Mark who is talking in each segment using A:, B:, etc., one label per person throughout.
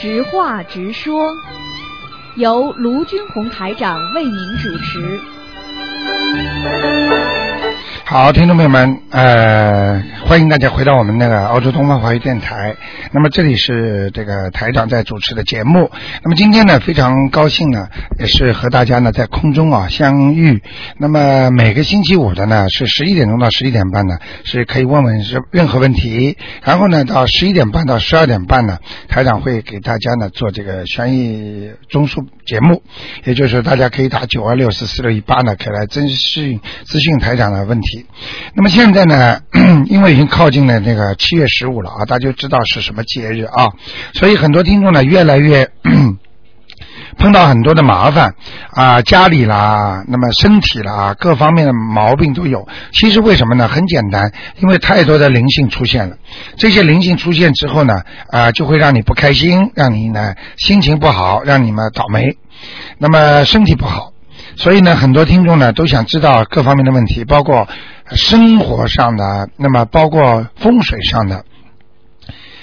A: 直话直说，由卢军红台长为您主持。
B: 好，听众朋友们，呃，欢迎大家回到我们那个澳洲东方华语电台。那么这里是这个台长在主持的节目。那么今天呢，非常高兴呢，也是和大家呢在空中啊相遇。那么每个星期五的呢是十一点钟到十一点半呢是可以问问是任何问题，然后呢到十一点半到十二点半呢，台长会给大家呢做这个悬疑综述节目，也就是说大家可以打九二六四四六一八呢，可以来咨询咨询台长的问题。那么现在呢， 因为已经靠近了那个七月十五了啊，大家就知道是什么节日啊，所以很多听众呢越来越。 碰到很多的麻烦啊，家里啦，那么身体啦，各方面的毛病都有。其实为什么呢？很简单，因为太多的灵性出现了。这些灵性出现之后呢，啊，就会让你不开心，让你呢心情不好，让你们倒霉，那么身体不好。所以呢，很多听众呢都想知道各方面的问题，包括生活上的，那么包括风水上的。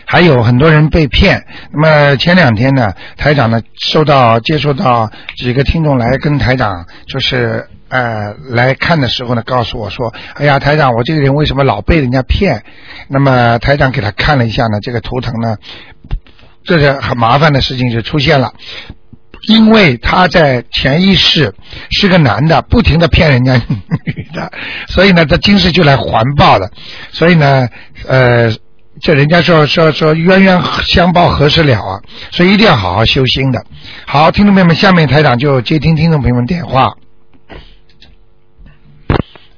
B: 还有很多人被骗。那么前两天呢，台长呢收到接收到几个听众来跟台长就是呃来看的时候呢，告诉我说，哎呀，台长，我这个人为什么老被人家骗？那么台长给他看了一下呢，这个图腾呢，这是很麻烦的事情就出现了。因为他在潜意识是个男的，不停的骗人家女的， 所以呢，他今世就来还报了。所以呢，呃，这人家说说说冤冤相报何时了啊？所以一定要好好修心的。好，听众朋友们，下面台长就接听听众朋友们电话。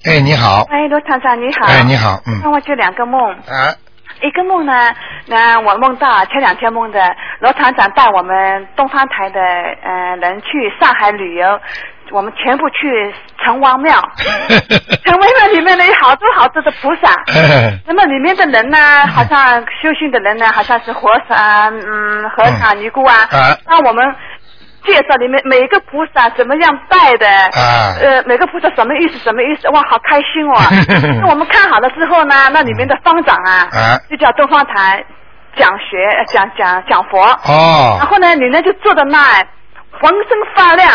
B: 哎，你好，
C: 哎，罗厂长你好。
B: 哎，你。好，嗯
C: 那我就两个梦，
B: 啊，
C: 一个梦呢，那我梦到前两天梦的罗厂长带我们东方台的呃人去上海旅游，我们全部去城隍 庙，城隍庙里面呢有好多好多的菩萨，
B: 啊
C: 那么里面的人呢，
B: 嗯
C: 好像修行的人呢，好像是和尚、嗯和尚、尼姑啊
B: 啊，
C: 让我们介绍里面每一个菩萨怎么样拜的，
B: 啊！
C: 呃，每个菩萨什么意思什么意思，哇，好开心哦 那我们看好了之后呢，那里面的方长啊，
B: 啊
C: 就叫东方台讲学呃讲讲讲佛，然
B: 哦，
C: 后呢，你呢就坐在那儿，浑身发亮。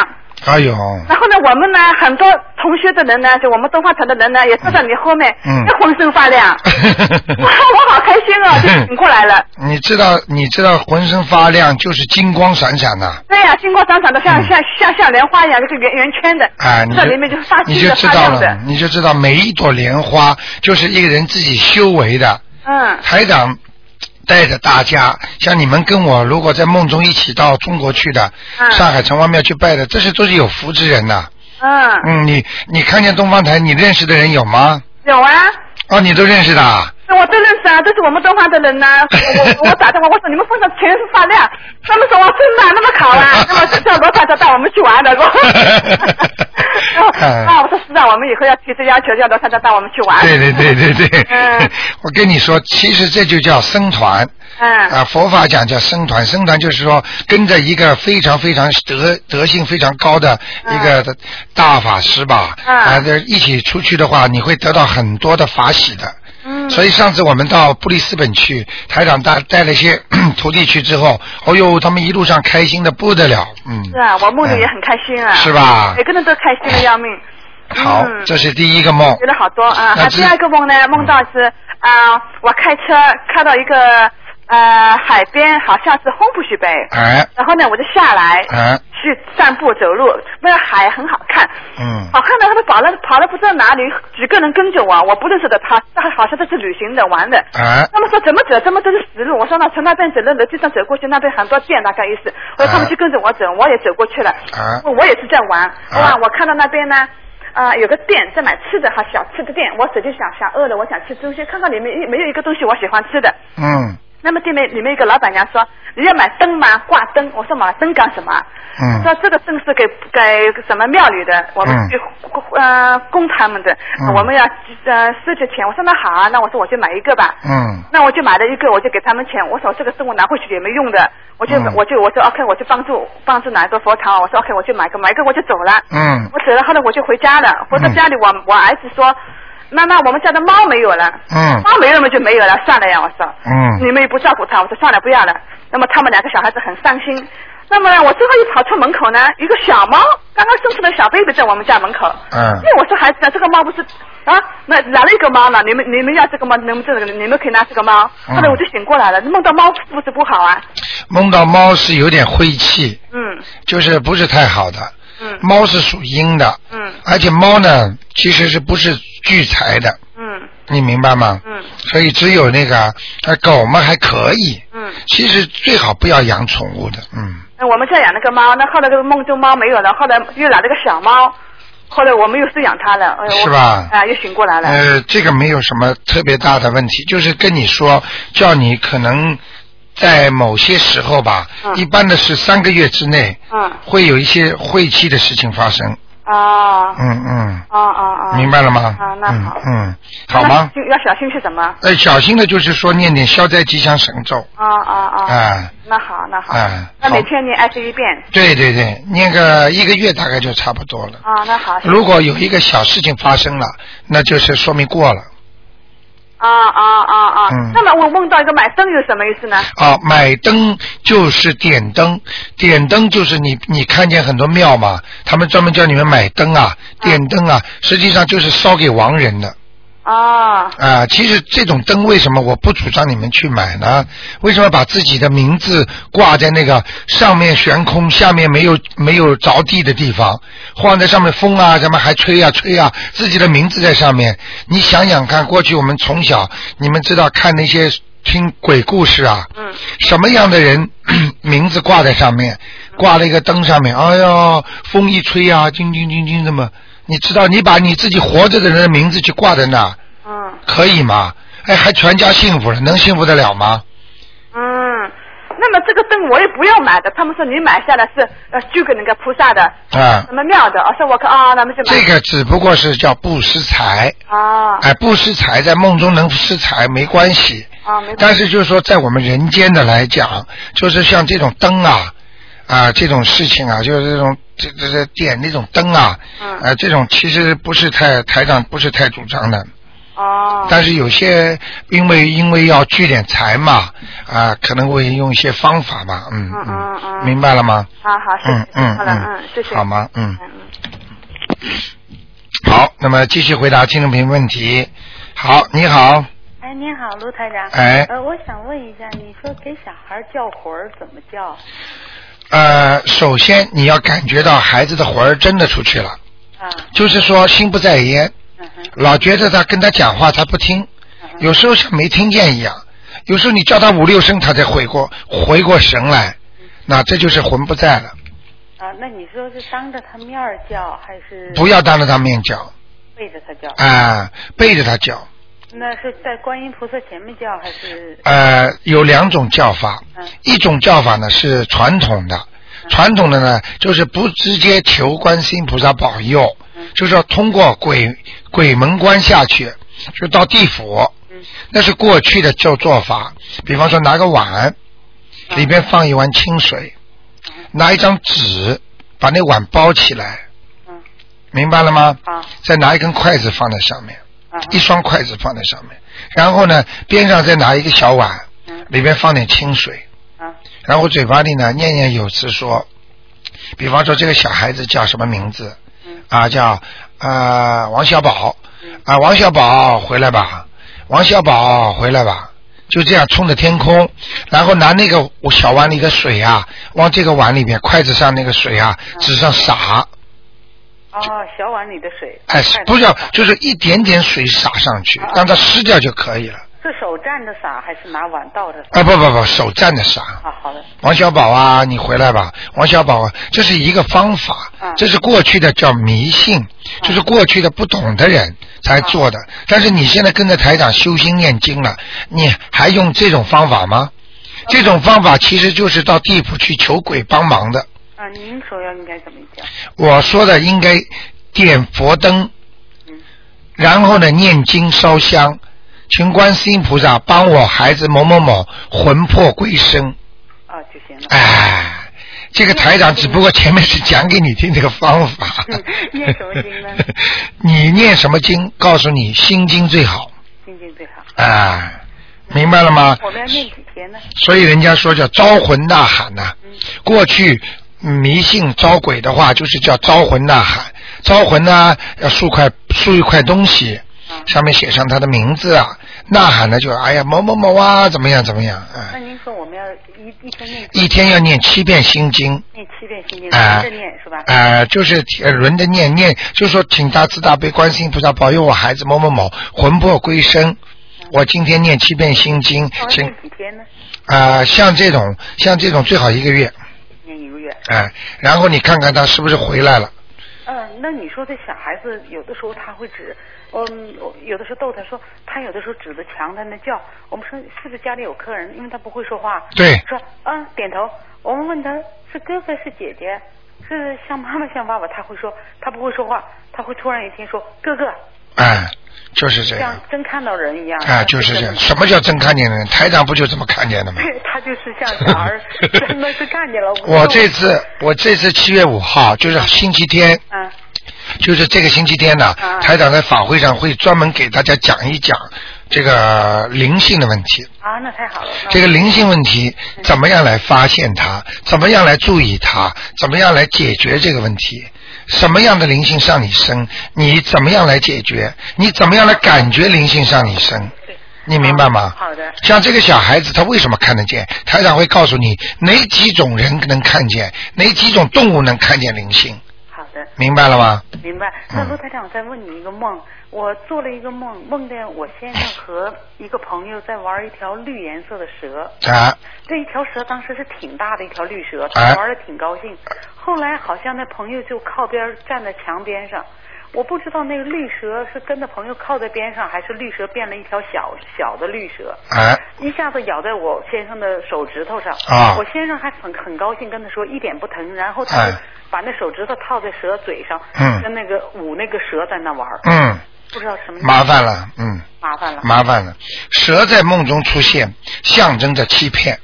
B: 哎呦，
C: 然后呢，我们呢很多同学的人呢，就我们东方台的人呢，也坐在你后面，
B: 嗯
C: 那浑身 发亮，哇，我好开心哦，就醒过来了。
B: 你知道你知道浑身发亮就是金光闪闪呐、
C: 对呀、金光闪闪的，像、
B: 嗯
C: 像像像莲花一样，这个圆圆圈的，
B: 啊，你
C: 这
B: 就
C: 里面就是发
B: 你
C: 金
B: 就
C: 的
B: 知
C: 发
B: 道
C: 亮
B: 了
C: 的，，
B: 你就知道每一朵莲花就是一个人自己修为的。
C: 嗯。
B: 台长带着大家，像你们跟我，如果在梦中一起到中国去的，
C: 嗯
B: 上海城隍庙去拜的，这些都是有福之人呐、
C: 嗯，
B: 嗯，你你看见东方台，你认识的人有吗？
C: 有啊，
B: 哦，你都认识的啊。
C: 那我都认识啊，都是我们东方的人呐、我我我打电话，我说你们身上全是发亮，他们说哇，真的啊那么 好啊，那么叫罗太太带我们去玩的，我然后啊，我说是啊，我们以后要提出要求，要罗太太带我们去玩。
B: 对对对对对。
C: 嗯
B: 我跟你说，其实这就叫僧团。
C: 嗯
B: 啊，佛法讲叫僧团，僧团就是说跟着一个非常非常德德性非常高的一
C: 啊
B: 个大法师吧，
C: 嗯
B: 啊，这一起出去的话，你会得到很多的法喜的。
C: 嗯，
B: 所以上次我们到布里斯本去，台长带带了一些 徒弟去之后，哦呦，他们一路上开心的不得了，嗯，
C: 是啊，我梦里也很开心啊，
B: 是吧
C: 每？个人都开心的要命。
B: 好，
C: 嗯
B: 这是第一个梦
C: 学，了好多啊。
B: 那
C: 啊，
B: 这
C: 第二个梦呢，
B: 嗯
C: 梦到是啊、我开车开到一个呃海边，好像是烘布西北，
B: 哎
C: 然后呢，我就下来
B: 哎，
C: 去散步走路，那海很好看。
B: 嗯
C: 好看的，他们跑了跑了不知道哪里，几个人跟着我，我不认识的他，他好像这是旅行的玩的。
B: 哎
C: 他们说怎么走，怎么都是死路。我说那从那边走，那楼梯上走过去，那边很多店，大概意思。后来他们就跟着我走，我也走过去了。
B: 啊
C: 我也是在玩。哇，我看到那边呢，啊、有个店在买吃的哈，小吃的店。我手就想想饿了，我想吃东西，看看里面一没有一个东西我喜欢吃的。
B: 嗯
C: 那么店面里面一个老板娘说：“你要买灯吗？挂灯。”我说：“买灯干什么？”
B: 嗯
C: 说这个灯是给给什么庙里的，我们
B: 嗯
C: 去、呃供他们的，
B: 嗯
C: 我们要呃收集钱。我说那好啊，那我说我就买一个吧。
B: 嗯
C: 那我就买了一个，我就给他们钱。我说这个灯我拿回去也没用的，我就、
B: 嗯
C: 我就我说 OK，我就帮助帮助哪一个佛堂，我说 OK，我就买一个买一个我就走了。
B: 嗯
C: 我走了，后来我就回家了。回到家里我，我儿子说，那那我们家的猫没有了，
B: 嗯
C: 猫没有了嘛就没有了，算了呀，我说，
B: 嗯
C: 你们也不照顾它，我说算了不要了。那么他们两个小孩子很伤心。那么呢，我最后一跑出门口呢，一个小猫刚刚生出的小 baby 在我们家门口。
B: 嗯
C: 那我说孩子呢，这个猫不是啊，那来了一个猫呢，你们你们要这个猫，你们这个你们可以拿这个猫。
B: 嗯
C: 后来我就醒过来了，梦到猫是不是不好啊？
B: 梦到猫是有点晦气，
C: 嗯
B: 就是不是太好的。
C: 嗯
B: 猫是属阴的，
C: 嗯
B: 而且猫呢其实是不是聚财的，
C: 嗯
B: 你明白吗？
C: 嗯
B: 所以只有那个，呃，狗嘛还可以，
C: 嗯。
B: 其实最好不要养宠物的，嗯，
C: 那我们家养了个猫，那后来这个梦中猫没有了，后来又来了个小猫，后来我们又收养它了。哎呦、我
B: 是吧
C: 啊，又醒过来了。
B: 呃，这个没有什么特别大的问题，就是跟你说，叫你可能在某些时候吧，
C: 嗯
B: 一般的是三个月之内
C: 嗯
B: 会有一些晦气的事情发生，
C: 啊
B: 嗯嗯，
C: 啊啊啊！
B: 明白了吗？
C: 啊那好
B: 嗯嗯，好吗？
C: 那要小心是什么？
B: 呃，小心的就是说念点消灾吉祥神咒，
C: 啊啊啊！
B: 啊，
C: 那好，那好，
B: 啊
C: 那
B: 好
C: 每天念二十一遍。
B: 对对对，念个一个月大概就差不多了。
C: 啊，那好。
B: 如果有一个小事情发生了，那就是说明过了。
C: 啊啊啊啊！
B: 嗯
C: 那么我梦到一个买灯有什么意思呢？
B: 啊，买灯就是点灯，点灯就是你你看见很多庙嘛，他们专门叫你们买灯啊，点灯啊，实际上就是烧给亡人的
C: 啊
B: 啊。其实这种灯为什么我不主张你们去买呢？为什么把自己的名字挂在那个上面悬空，下面没有没有着地的地方，放在上面风啊什么还吹啊吹啊，自己的名字在上面。你想想看，过去我们从小你们知道看那些听鬼故事啊，
C: 嗯
B: 什么样的人 名字挂在上面，挂了一个灯上面，哎呦，风一吹啊，叮叮叮叮这么，你知道，你把你自己活着的人的名字去挂在那儿，
C: 嗯
B: 可以吗？哎，还全家幸福了，能幸福得了吗？
C: 嗯。那么这个灯我也不要买的，他们说你买下来是呃捐给那个菩萨的，
B: 啊、
C: 什么庙的，我说我看啊，那么就买。
B: 这个只不过是叫不施财，
C: 啊
B: 哎，不施财在梦中能施财没关系，
C: 啊，没关
B: 但
C: 系。
B: 是就是说在我们人间的来讲，就是像这种灯啊，啊、这种事情啊，就是这种这这这点那种灯啊，
C: 嗯
B: 呃，这种其实不是太台长不是太主张的，
C: 哦
B: 但是有些因为因为要聚点财嘛，啊、可能会用一些方法嘛，嗯
C: 嗯嗯嗯
B: 明白了吗？
C: 好好，谢
B: 嗯
C: 谢，
B: 嗯
C: 好了，嗯，谢谢，
B: 好？吗？嗯，
C: 嗯嗯。
B: 好，那么继续回答听众朋友问题。好，你好，
D: 哎，您好，卢台长。
B: 哎
D: 呃，我想问一下，你说给小孩儿叫魂儿怎么叫？
B: 呃，首先你要感觉到孩子的魂儿真的出去了，
D: 啊，
B: 就是说心不在焉，
D: 嗯哼，
B: 老觉得他跟他讲话他不听，
D: 嗯哼，
B: 有时候像没听见一样，有时候你叫他五六声，他才回过回过神来，那这就是魂不在了。
D: 啊，那你说是当着他面儿叫还是
B: 不要当着他面叫，
D: 背着他叫？
B: 啊、背着他叫，
D: 那是在观音菩萨前面叫还是？
B: 呃，有两种叫法，
D: 嗯
B: 一种叫法呢是传统的，传统的呢就是不直接求观世音菩萨保佑，
D: 嗯
B: 就是要通过鬼鬼门关下去，就到地府，
D: 嗯
B: 那是过去的旧做法。比方说拿个碗，
D: 嗯
B: 里边放一碗清水，
D: 嗯
B: 拿一张纸把那碗包起来，
D: 嗯，
B: 明白了吗？
D: 好
B: 再拿一根筷子放在上面，
D: 啊
B: 一双筷子放在上面，然后呢边上再拿一个小碗，
D: 嗯
B: 里边放点清水，
D: 啊
B: 然后嘴巴里呢念念有词说，比方说这个小孩子叫什么名字
D: 嗯
B: 啊？叫呃王小宝
D: 嗯
B: 啊，王小宝回来吧，王小宝回来吧。就这样冲着天空，然后拿那个小碗里的水啊，往这个碗里面筷子上那个水啊，
D: 嗯
B: 纸上洒，
D: 哦，小碗里的水。
B: 哎，
D: 筷子
B: 不是
D: 撒，
B: 就是一点点水洒上去
D: 啊，
B: 让它湿掉就可以了。
D: 是手蘸着撒还是拿碗倒着撒？
B: 啊，不不不，手站着撒。
D: 啊，好的，
B: 王小宝啊，你回来吧，王小宝啊，这是一个方法
D: 嗯，
B: 这是过去的叫迷信，就是过去的不懂的人才做的。
D: 嗯
B: 但是你现在跟着台长修心念经了，你还用这种方法吗？
D: 嗯
B: 这种方法其实就是到地府去求鬼帮忙的。
D: 啊，您说要应该怎么叫？
B: 我说的应该点佛灯
D: 嗯，
B: 然后呢念经烧香，请观世音菩萨帮我孩子某某某魂魄归生。
D: 啊，就行了。
B: 哎，这个台长只不过前面是讲给你听这个方法。
D: 念什么经呢？
B: 你念什么经？告诉你，心经最好
D: 心经最好。
B: 啊，明白了吗？
D: 我们要念几天呢？
B: 所以人家说叫招魂呐喊呐、
D: 嗯
B: 过去迷信招鬼的话，就是叫招魂呐喊。招魂呢，要竖块竖一块东西，
D: 嗯
B: 上面写上他的名字啊。呐喊呢，就哎呀某某某啊，怎么样怎么样啊？
D: 那您说我们要一一天念
B: 一天要念七遍心经，
D: 念七遍心经，
B: 哎
D: 轮着念是吧？
B: 呃，就是呃轮着念念，就说请大慈大悲观世音菩萨保佑我孩子某某某魂魄归生。我今天念七遍心经，
D: 我
B: 请
D: 念几天呢？
B: 啊、呃像这种像这种最好一个月，
D: 念一个月。
B: 哎、然后你看看他是不是回来了。
D: 嗯，那你说这小孩子有的时候他会指，嗯，我有的时候逗他说，他有的时候指着墙在那叫。我们说是不是家里有客人？因为他不会说话。
B: 对
D: 说嗯，点头。我们问他是哥哥是姐姐，是像妈妈像爸爸，他会说，他不会说话，他会突然一听说哥哥，
B: 哎、就是这样
D: 像。真看到人一样。
B: 啊、就是这样。什么叫真看见的人？台长不就这么看见的吗？
D: 对 他就是像 小孩儿真的是看见了。
B: 我这次，我这次七月五号，就是星期天，
D: 嗯
B: 就是这个星期天呢、
D: 啊
B: 台长在法会上会专门给大家讲一讲这个灵性的问题。
D: 啊，嗯那太好了。那
B: 这个灵性问题怎么样来发现它？怎么样来注意它？怎么样来解决这个问题？什么样的灵性上你身？你怎么样来解决？你怎么样来感觉灵性上你身？
D: 对
B: 你明白吗？
D: 好的
B: 像这个小孩子，他为什么看得见？台长会告诉你哪几种人能看见，哪几种动物能看见灵性，
D: 好的。
B: 明白了吗？
D: 明白。那罗台长，我再问你一个梦，我做了一个梦，梦见我先生和一个朋友在玩一条绿颜色的蛇。
B: 啊，
D: 这一条蛇当时是挺大的一条绿蛇，
B: 哎
D: 玩的挺高兴。后来好像那朋友就靠边儿站在墙边上，我不知道那个绿蛇是跟着朋友靠在边上，还是绿蛇变了一条小小的绿蛇。
B: 哎，
D: 一下子咬在我先生的手指头上，
B: 啊
D: 我先生还很很高兴跟他说一点不疼，然后他就
B: 哎
D: 把那手指头套在蛇嘴上，
B: 嗯
D: 跟那个捂那个蛇在那玩儿，
B: 嗯，
D: 不知道什么
B: 麻烦了，嗯，
D: 麻烦了，
B: 麻烦了。蛇在梦中出现，象征着欺骗。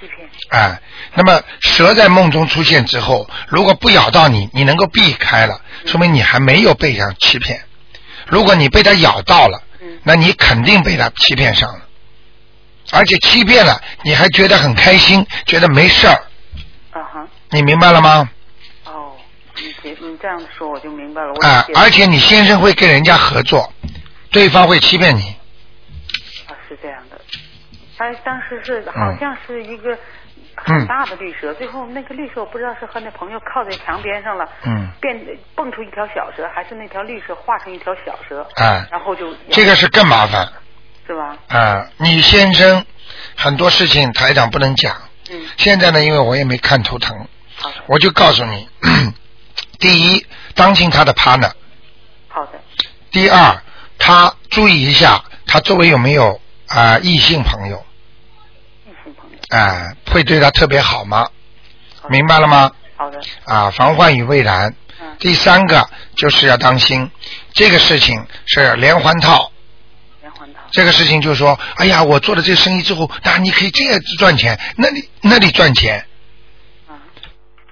D: 欺骗
B: 啊，那么蛇在梦中出现之后，如果不咬到你，你能够避开了，说明你还没有被人欺骗。如果你被它咬到了
D: 嗯，
B: 那你肯定被它欺骗上了，而且欺骗了，你还觉得很开心，觉得没事儿，
D: 啊哈
B: 你明白了吗？
D: 哦，你这你这样说我就明白了，我
B: 啊
D: 理解，
B: 而且你先生会跟人家合作，对方会欺骗你，
D: 啊是这样的，他当时是好像是一个。
B: 嗯
D: 很大的绿蛇，最后那个绿蛇我不知道是和那朋友靠在墙边上了，
B: 嗯
D: 变蹦出一条小蛇，还是那条绿蛇化成一条小蛇，
B: 啊，
D: 然后就咬
B: 这个是更麻烦
D: 是吧？
B: 啊。你先生很多事情台长不能讲，
D: 嗯，
B: 现在呢，因为我也没看图腾，
D: 好的，
B: 我就告诉你， 第一，当心他的 partner；
D: 好的，
B: 第二，他注意一下他周围有没有啊、异性朋友
D: 异性朋友，
B: 啊、会对他特别好吗？明白了吗？
D: 好的，
B: 啊、防患于未然。
D: 嗯，
B: 第三个就是要当心，这个事情是连环套。
D: 连环套，
B: 这个事情就是说，哎呀，我做了这个生意之后，那你可以这样赚钱，那里那里赚钱，
D: 啊，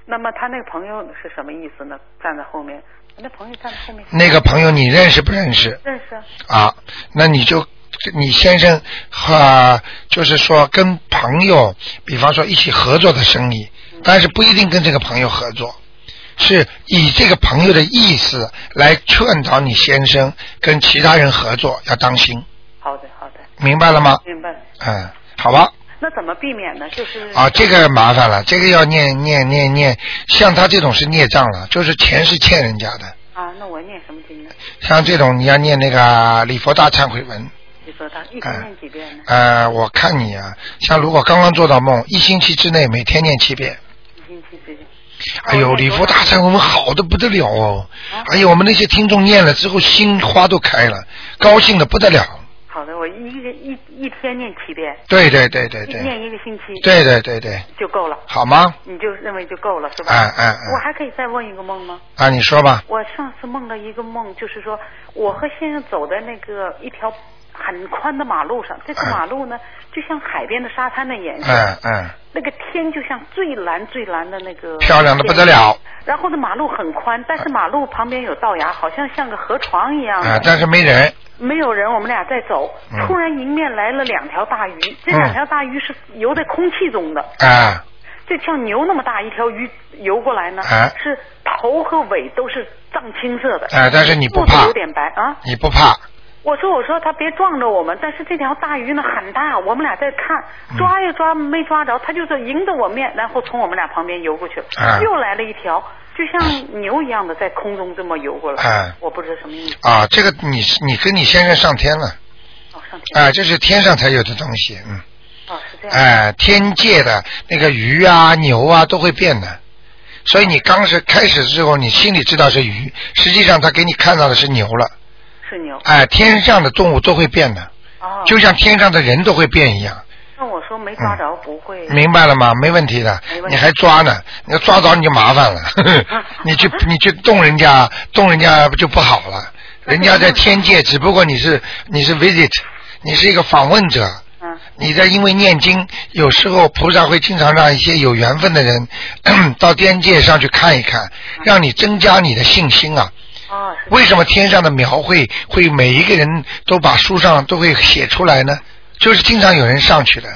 D: 那么他那个朋友是什么意思呢？站在后面，那朋友站在后面，
B: 那个朋友你认识不认识？
D: 认识啊，
B: 啊，那你就你先生和、就是说跟朋友，比方说一起合作的生意，但是不一定跟这个朋友合作，是以这个朋友的意思来劝导你先生跟其他人合作，要当心，
D: 好的，好的，
B: 明白了吗？
D: 明白了。
B: 嗯，好吧。
D: 那怎么避免呢？就是
B: 啊，这个麻烦了，这个要念念念念，像他这种是孽障了，就是钱是欠人家的。
D: 啊，那我念什么经呢？
B: 像这种你要念那个礼佛大忏悔文，
D: 你说
B: 哎
D: 他一天念几遍呢？
B: 呃，我看你啊，像如果刚刚做到梦，一星期之内每天念七遍。
D: 一星期之内。
B: 哎呦，
D: 哦
B: 礼佛大忏我们好的不得了哦
D: 啊！
B: 哎呦，我们那些听众念了之后，心花都开了，高兴的不得了。
D: 好的，我一个一一天念七遍，
B: 对对对对
D: 一
B: 对，
D: 念一个星期
B: 对对对对，
D: 就够了，
B: 好吗？
D: 你就认为就够了是吧？
B: 哎哎哎
D: 我还可以再问一个梦吗？
B: 啊，你说吧。
D: 我上次梦到一个梦，就是说我和先生走在那个一条很宽的马路上，这个
B: 嗯
D: 马路呢就像海边的沙滩的颜色，
B: 嗯嗯，
D: 那个天就像最蓝最蓝的那个，
B: 漂亮的不得了。
D: 然后呢，马路很宽，但是马路旁边有道崖，好像像个河床一样的。
B: 啊，但是没人，
D: 没有人，我们俩在走
B: 嗯，
D: 突然迎面来了两条大鱼，这
B: 嗯
D: 两条大鱼是游在空气中的，
B: 啊
D: 这像牛那么大一条鱼游过来呢
B: 啊，
D: 是头和尾都是藏青色的，
B: 啊，但是你不
D: 肚子
B: 怕
D: 有，点白啊。
B: 你不怕，
D: 我说我说它别撞着我们，但是这条大鱼呢很大，我们俩在看，
B: 嗯
D: 抓也抓没抓着，它就是迎着我面，然后从我们俩旁边游过去了，
B: 啊
D: 又来了一条，就像牛一样的在空中这么游过来，
B: 啊
D: 我不知道什么意思，
B: 啊，这个你你跟你先生上天了，
D: 哦上天，
B: 啊，这是天上才有的东西，嗯，
D: 哦是这样，
B: 哎、天界的那个鱼啊、牛啊都会变的，所以你刚是开始的时候，你心里知道是鱼，实际上他给你看到的是牛了，
D: 是牛，
B: 哎、天上的动物都会变的，
D: 哦，
B: 就像天上的人都会变一样，
D: 那我说没抓着不会，
B: 明白了吗？嗯没问题的
D: 没，问题
B: 你还抓呢，你要抓着你就麻烦 了，呵呵你去你去动人家，动人家就不好了。人家在天界，只不过你是你是 visit，你是一个访问者，
D: 嗯
B: 你在因为念经，有时候菩萨会经常让一些有缘分的人 到天界上去看一看，让你增加你的信心啊。
D: 哦是
B: 为什么天上的描绘会每一个人都把书上都会写出来呢？就是经常有人上去的，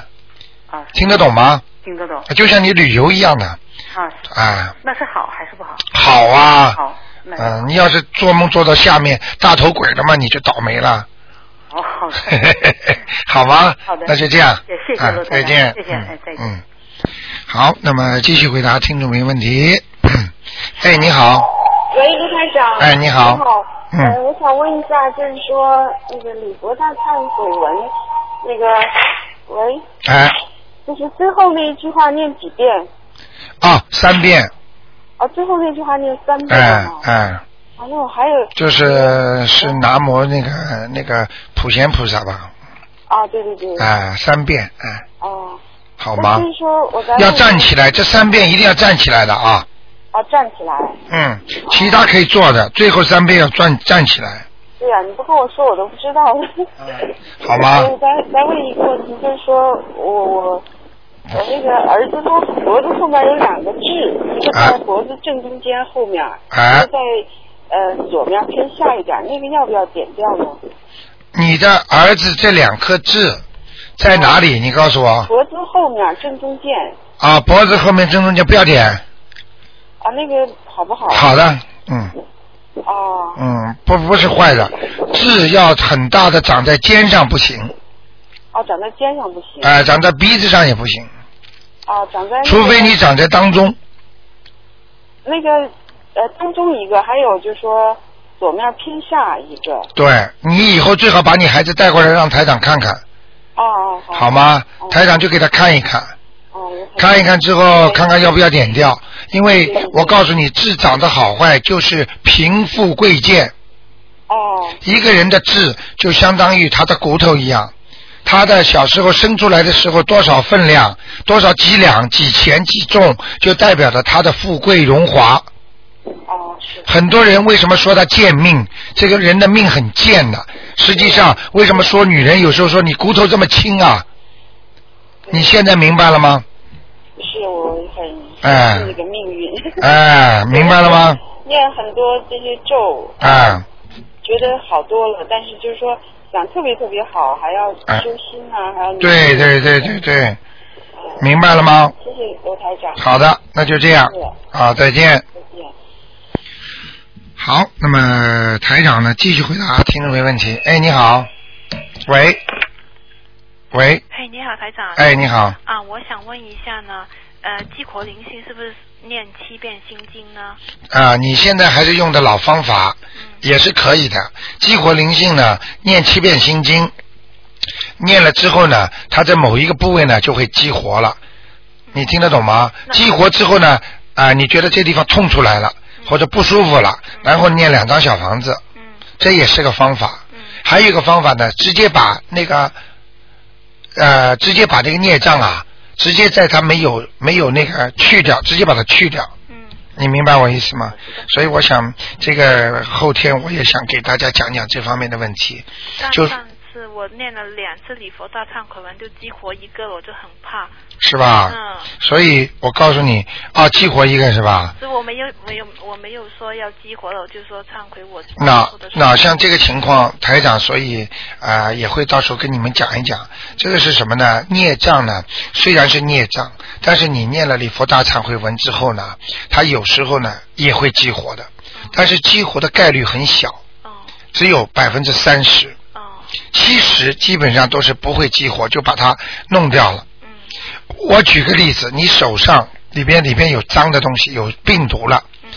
D: 啊
B: 听得懂吗？
D: 听得懂
B: 就像你旅游一样的
D: 啊，
B: 啊，
D: 那是好还是不好？
B: 好啊，
D: 好，那
B: 嗯、你要是做梦做到下面大头鬼了嘛，你就倒霉了，
D: 哦好的，
B: 好吗？
D: 好的
B: 那就这样，
D: 也谢谢
B: 啊
D: 罗台长
B: 再见，
D: 谢谢哎再见
B: 嗯。嗯好，那么继续回答听众没问题。哎，你好，
E: 喂，卢台长。
B: 哎你好
E: 你好。
B: 嗯
E: 呃我想问一下，就是说那个李国大看水文，那个喂，
B: 哎，
E: 就是最后那一句话念几遍？
B: 哦，三遍，
E: 哦，最后那句话念三遍
B: 哎
D: 哦
E: 吗？
B: 哎，
E: 哎呦，还有
B: 就是是南无那个那个普贤菩萨吧，
E: 啊，对对对，
B: 哎，三遍，哎，
E: 哦，
B: 好吗
E: 所？以说我在
B: 要站起来，这三遍一定要站起来的啊。
E: 啊，站起来。
B: 嗯，其他可以做的，最后三遍要站站起来，
E: 对呀、你不跟我说我都不知道。
B: 好吗？
E: 哎我再再问一个问题，就是说我我我那个儿子他脖子后面有两个痣，一个
B: 哎
E: 在脖子正中间后面，
B: 啊
E: 一个在呃左面偏下一点，那个要不要剪掉呢？
B: 你的儿子这两颗痣在哪里？你告诉我
E: 脖子后面正中间
B: 啊，脖子后面正中间不要点。
E: 啊，那个好不好？
B: 好的，嗯
E: 哦
B: 嗯，不不是坏的，痣要很大的长在肩上不行，
E: 哦，长在肩上不行，
B: 哎、长在鼻子上也不行，
E: 啊，长在那个
B: 除非你长在当中，
E: 那个呃当中一个，还有就是说左面偏下一个。
B: 对你以后最好把你孩子带过来让台长看看，
E: 哦哦好。
B: 好吗？
E: 哦
B: 台长就给他看一看。
E: 哦，我
B: 看一看之后，
E: 对
B: 看看要不要点掉。因为我告诉你，痣长得好坏就是贫富贵贱。
E: 哦
B: 一个人的痣就相当于他的骨头一样，他的小时候生出来的时候多少分量、多少几两、几钱、几重，就代表着他的富贵荣华。
E: 哦是
B: 很多人为什么说他贱命？这个人的命很贱的。实际上，为什么说女人有时候说你骨头这么轻啊？你现在明白了吗？
E: 是我很
B: 哎
E: 那个命运。
B: 哎，明白了吗？？
E: 念很多这些咒，
B: 哎。
E: 觉得好多了，但是就是说想特别特别好，还要
B: 哎
E: 修心啊，还要努力
B: 对。对对对对，明白了吗？
E: 谢谢罗台长，
B: 好的，那就这样
E: 是，
B: 好，再见。
E: 再见。
B: 好，那么台长呢，继续回答听众没问题。哎，你好，喂，喂，
F: 嘿，你好，台长。
B: 哎，你好，
F: 啊，我想问一下呢，呃，激活灵性是不是念七遍心经呢？
B: 啊，你现在还是用的老方法，也是可以的。激活灵性呢，念七遍心经，念了之后呢，它在某一个部位呢就会激活了。你听得懂吗？
F: 那
B: 激活之后呢，啊、你觉得这地方痛出来了，或者不舒服了，然后念两张小房子，
F: 嗯
B: 这也是个方法。
F: 嗯
B: 还有一个方法呢，直接把那个，呃，直接把这个孽障啊，直接在它没有没有那个去掉，直接把它去掉。
F: 嗯，
B: 你明白我意思吗？所以我想，这个后天我也想给大家讲讲这方面的问题。
F: 那
B: 就
F: 上次我念了两次礼佛大忏悔文，就激活一个了，我就很怕。
B: 是吧？
F: 嗯。
B: 所以我告诉你，啊，激活一个是吧？
F: 所以我没有没有我没有说要激活了，我就说忏悔我。
B: 那
F: 做的事
B: 那像这个情况，台长所以啊、呃也会到时候跟你们讲一讲，这个是什么呢？孽障呢，虽然是孽障，但是你念了礼佛大忏悔文之后呢，它有时候呢也会激活的，但是激活的概率很小，
F: 哦
B: 只有百分之三十，
F: 哦
B: 七十基本上都是不会激活，就把它弄掉了。
F: 嗯
B: 我举个例子，你手上里边里边有脏的东西，有病毒了，
F: 嗯，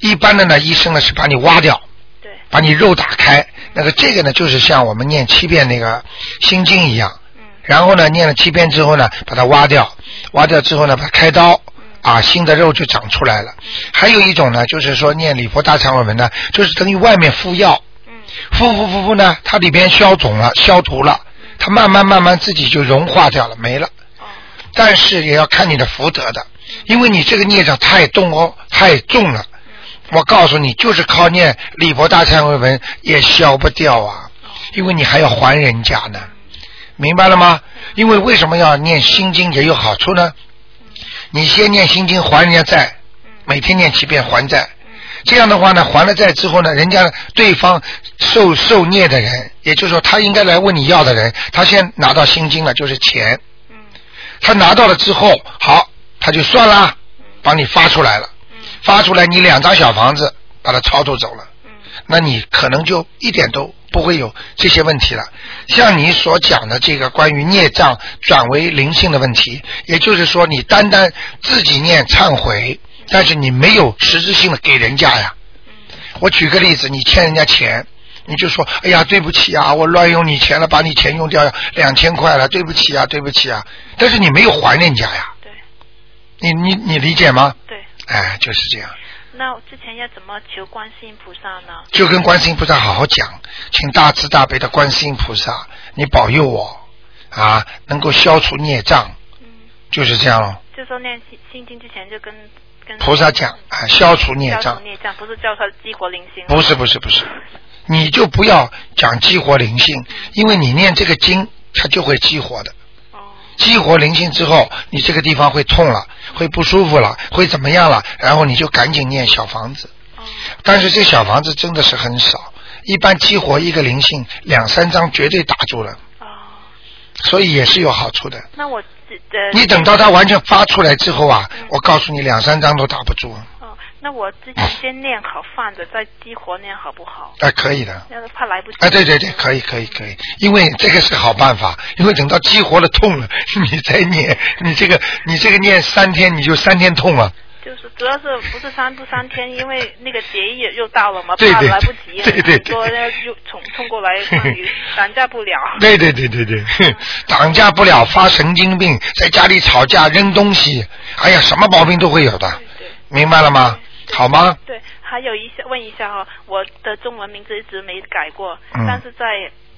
B: 一般的呢，医生呢是把你挖掉。
F: 对，
B: 把你肉打开。那个这个呢，就是像我们念七遍那个心经一样，
F: 嗯
B: 然后呢，念了七遍之后呢，把它挖掉，挖掉之后呢，把它开刀。啊，新的肉就长出来了。还有一种呢，就是说念礼佛大忏悔文呢，就是等于外面敷药，
F: 嗯
B: 敷敷敷敷呢，它里边消肿了、消毒了，它慢慢慢慢自己就融化掉了，没了。
F: 哦
B: 但是也要看你的福德的，因为你这个孽障太重哦，太重了。我告诉你，就是靠念礼佛大忏悔文也消不掉啊，因为你还要还人家呢，明白了吗？因为为什么要念心经也有好处呢？你先念心经还人家债，每天念七遍还债。这样的话呢，还了债之后呢，人家对方受受孽的人，也就是说他应该来问你要的人，他先拿到心经了，就是钱。
F: 嗯
B: 他拿到了之后，好，他就算啦，帮你发出来了，发出来你两张小房子把它超度走了，
F: 嗯
B: 那你可能就一点都不会有这些问题了。像你所讲的这个关于孽障转为灵性的问题，也就是说你单单自己念忏悔，但是你没有实质性的给人家呀。我举个例子，你欠人家钱，你就说，哎呀，对不起啊，我乱用你钱了，把你钱用掉两千块了，对不起啊，对不起啊，但是你没有还人家呀，
F: 对
B: 你你你理解吗？
F: 对，
B: 哎，就是这样，
F: 那我之前要怎么求观世音菩萨呢？
B: 就跟观世音菩萨好好讲，请大慈大悲的观世音菩萨，你保佑我啊，能够消除孽障，
F: 嗯，
B: 就是这样咯。
F: 就说念心心经之前就跟跟
B: 菩萨讲啊，消除孽
F: 嗯消
B: 障
F: 除，孽障，不是叫他激活灵性。
B: 不是不是不是，你就不要讲激活灵性，因为你念这个经，它就会激活的。
F: 哦
B: 激活灵性之后，你这个地方会痛了，会不舒服了，会怎么样了？然后你就赶紧念小房子。
F: 哦
B: 但是这小房子真的是很少，一般激活一个灵性两三张绝对打住了，
F: 哦，
B: 所以也是有好处的。
F: 那我这呃
B: 你等到它完全发出来之后啊，我告诉你，两三张都打不住，
F: 哦，那我之前先念好放着，再激活念好不好？
B: 哎，可以的。
F: 那怕来不及。
B: 哎，对对对，可以可以可以，因为这个是好办法，因为等到激活了痛了， 你再念，你这个你这个念三天，你就三天痛了。
F: 就是主要是不是三不三天，因为那个节也又到了嘛，
B: 对
F: 怕
B: 对
F: 来不及，
B: 对对对
F: 说又冲冲过来，怕你拦架不了。
B: 对对对对 对，哼绑架不了，发神经病，在家里吵架扔东西，哎呀，什么毛病都会有的，
F: 对
B: 明白了吗？好吗？
F: 对，还有一下问一下哈、我的中文名字一直没改过，
B: 嗯
F: 但是在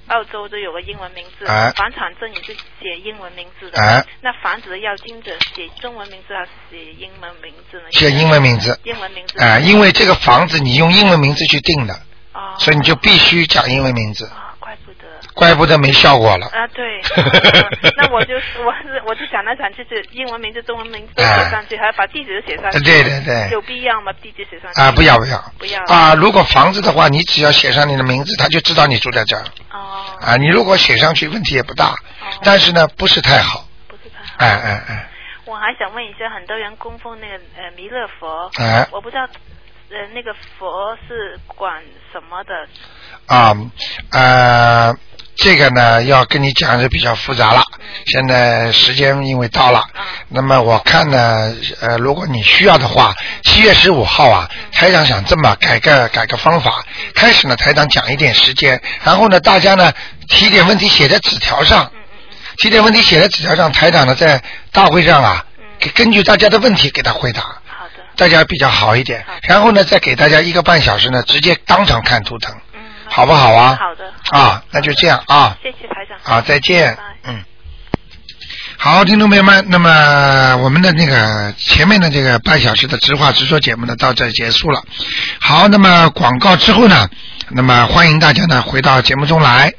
F: 澳洲就有个英文名字，
B: 哎
F: 房产证也是写英文名字的。
B: 哎
F: 那房子的要经者写中文名字还是写英文名字呢？
B: 写英文名字，
F: 英文名字。
B: 哎、因为这个房子你用英文名字去定的，
F: 哦
B: 所以你就必须讲英文名字，
F: 啊，怪不得。
B: 怪不得没效果了。
F: 啊， 对，嗯那我就我是我就想来想去，就是英文名字、中文名字都写上去，还要把地址都写上去。
B: 啊对对对
F: 有必要吗？地址写上去。
B: 啊，不要不要，
F: 不要
B: 啊！如果房子的话，你只要写上你的名字，他就知道你住在这儿
F: 哦，
B: 啊。你如果写上去，问题也不大，但是呢，不是太好。
F: 不是太好。
B: 哎哎哎，
F: 我还想问一下，很多人供奉那个呃弥勒佛，
B: 哎
F: 我不知道呃那个佛是管什么的，
B: 啊，呃，这个呢要跟你讲是比较复杂了。现在时间因为到了，那么我看呢，呃，如果你需要的话，七月十五号啊，台长想这么改个改个方法。开始呢，台长讲一点时间，然后呢，大家呢提点问题写在纸条上，提点问题写在纸条上，台长呢在大会上啊，给根据大家的问题给他回答。
F: 好的，
B: 大家比较好一点
F: 好，
B: 然后呢，再给大家一个半小时呢，直接当场看图腾，
F: 嗯，
B: 好不好啊？
F: 好的，
B: 啊，那就这样啊，
F: 谢谢台长。
B: 啊，再见
F: 拜拜，
B: 嗯。好，听众朋友们，那么我们的那个前面的这个半小时的直话直说节目呢，到这儿结束了。好，那么广告之后呢，那么欢迎大家呢回到节目中来。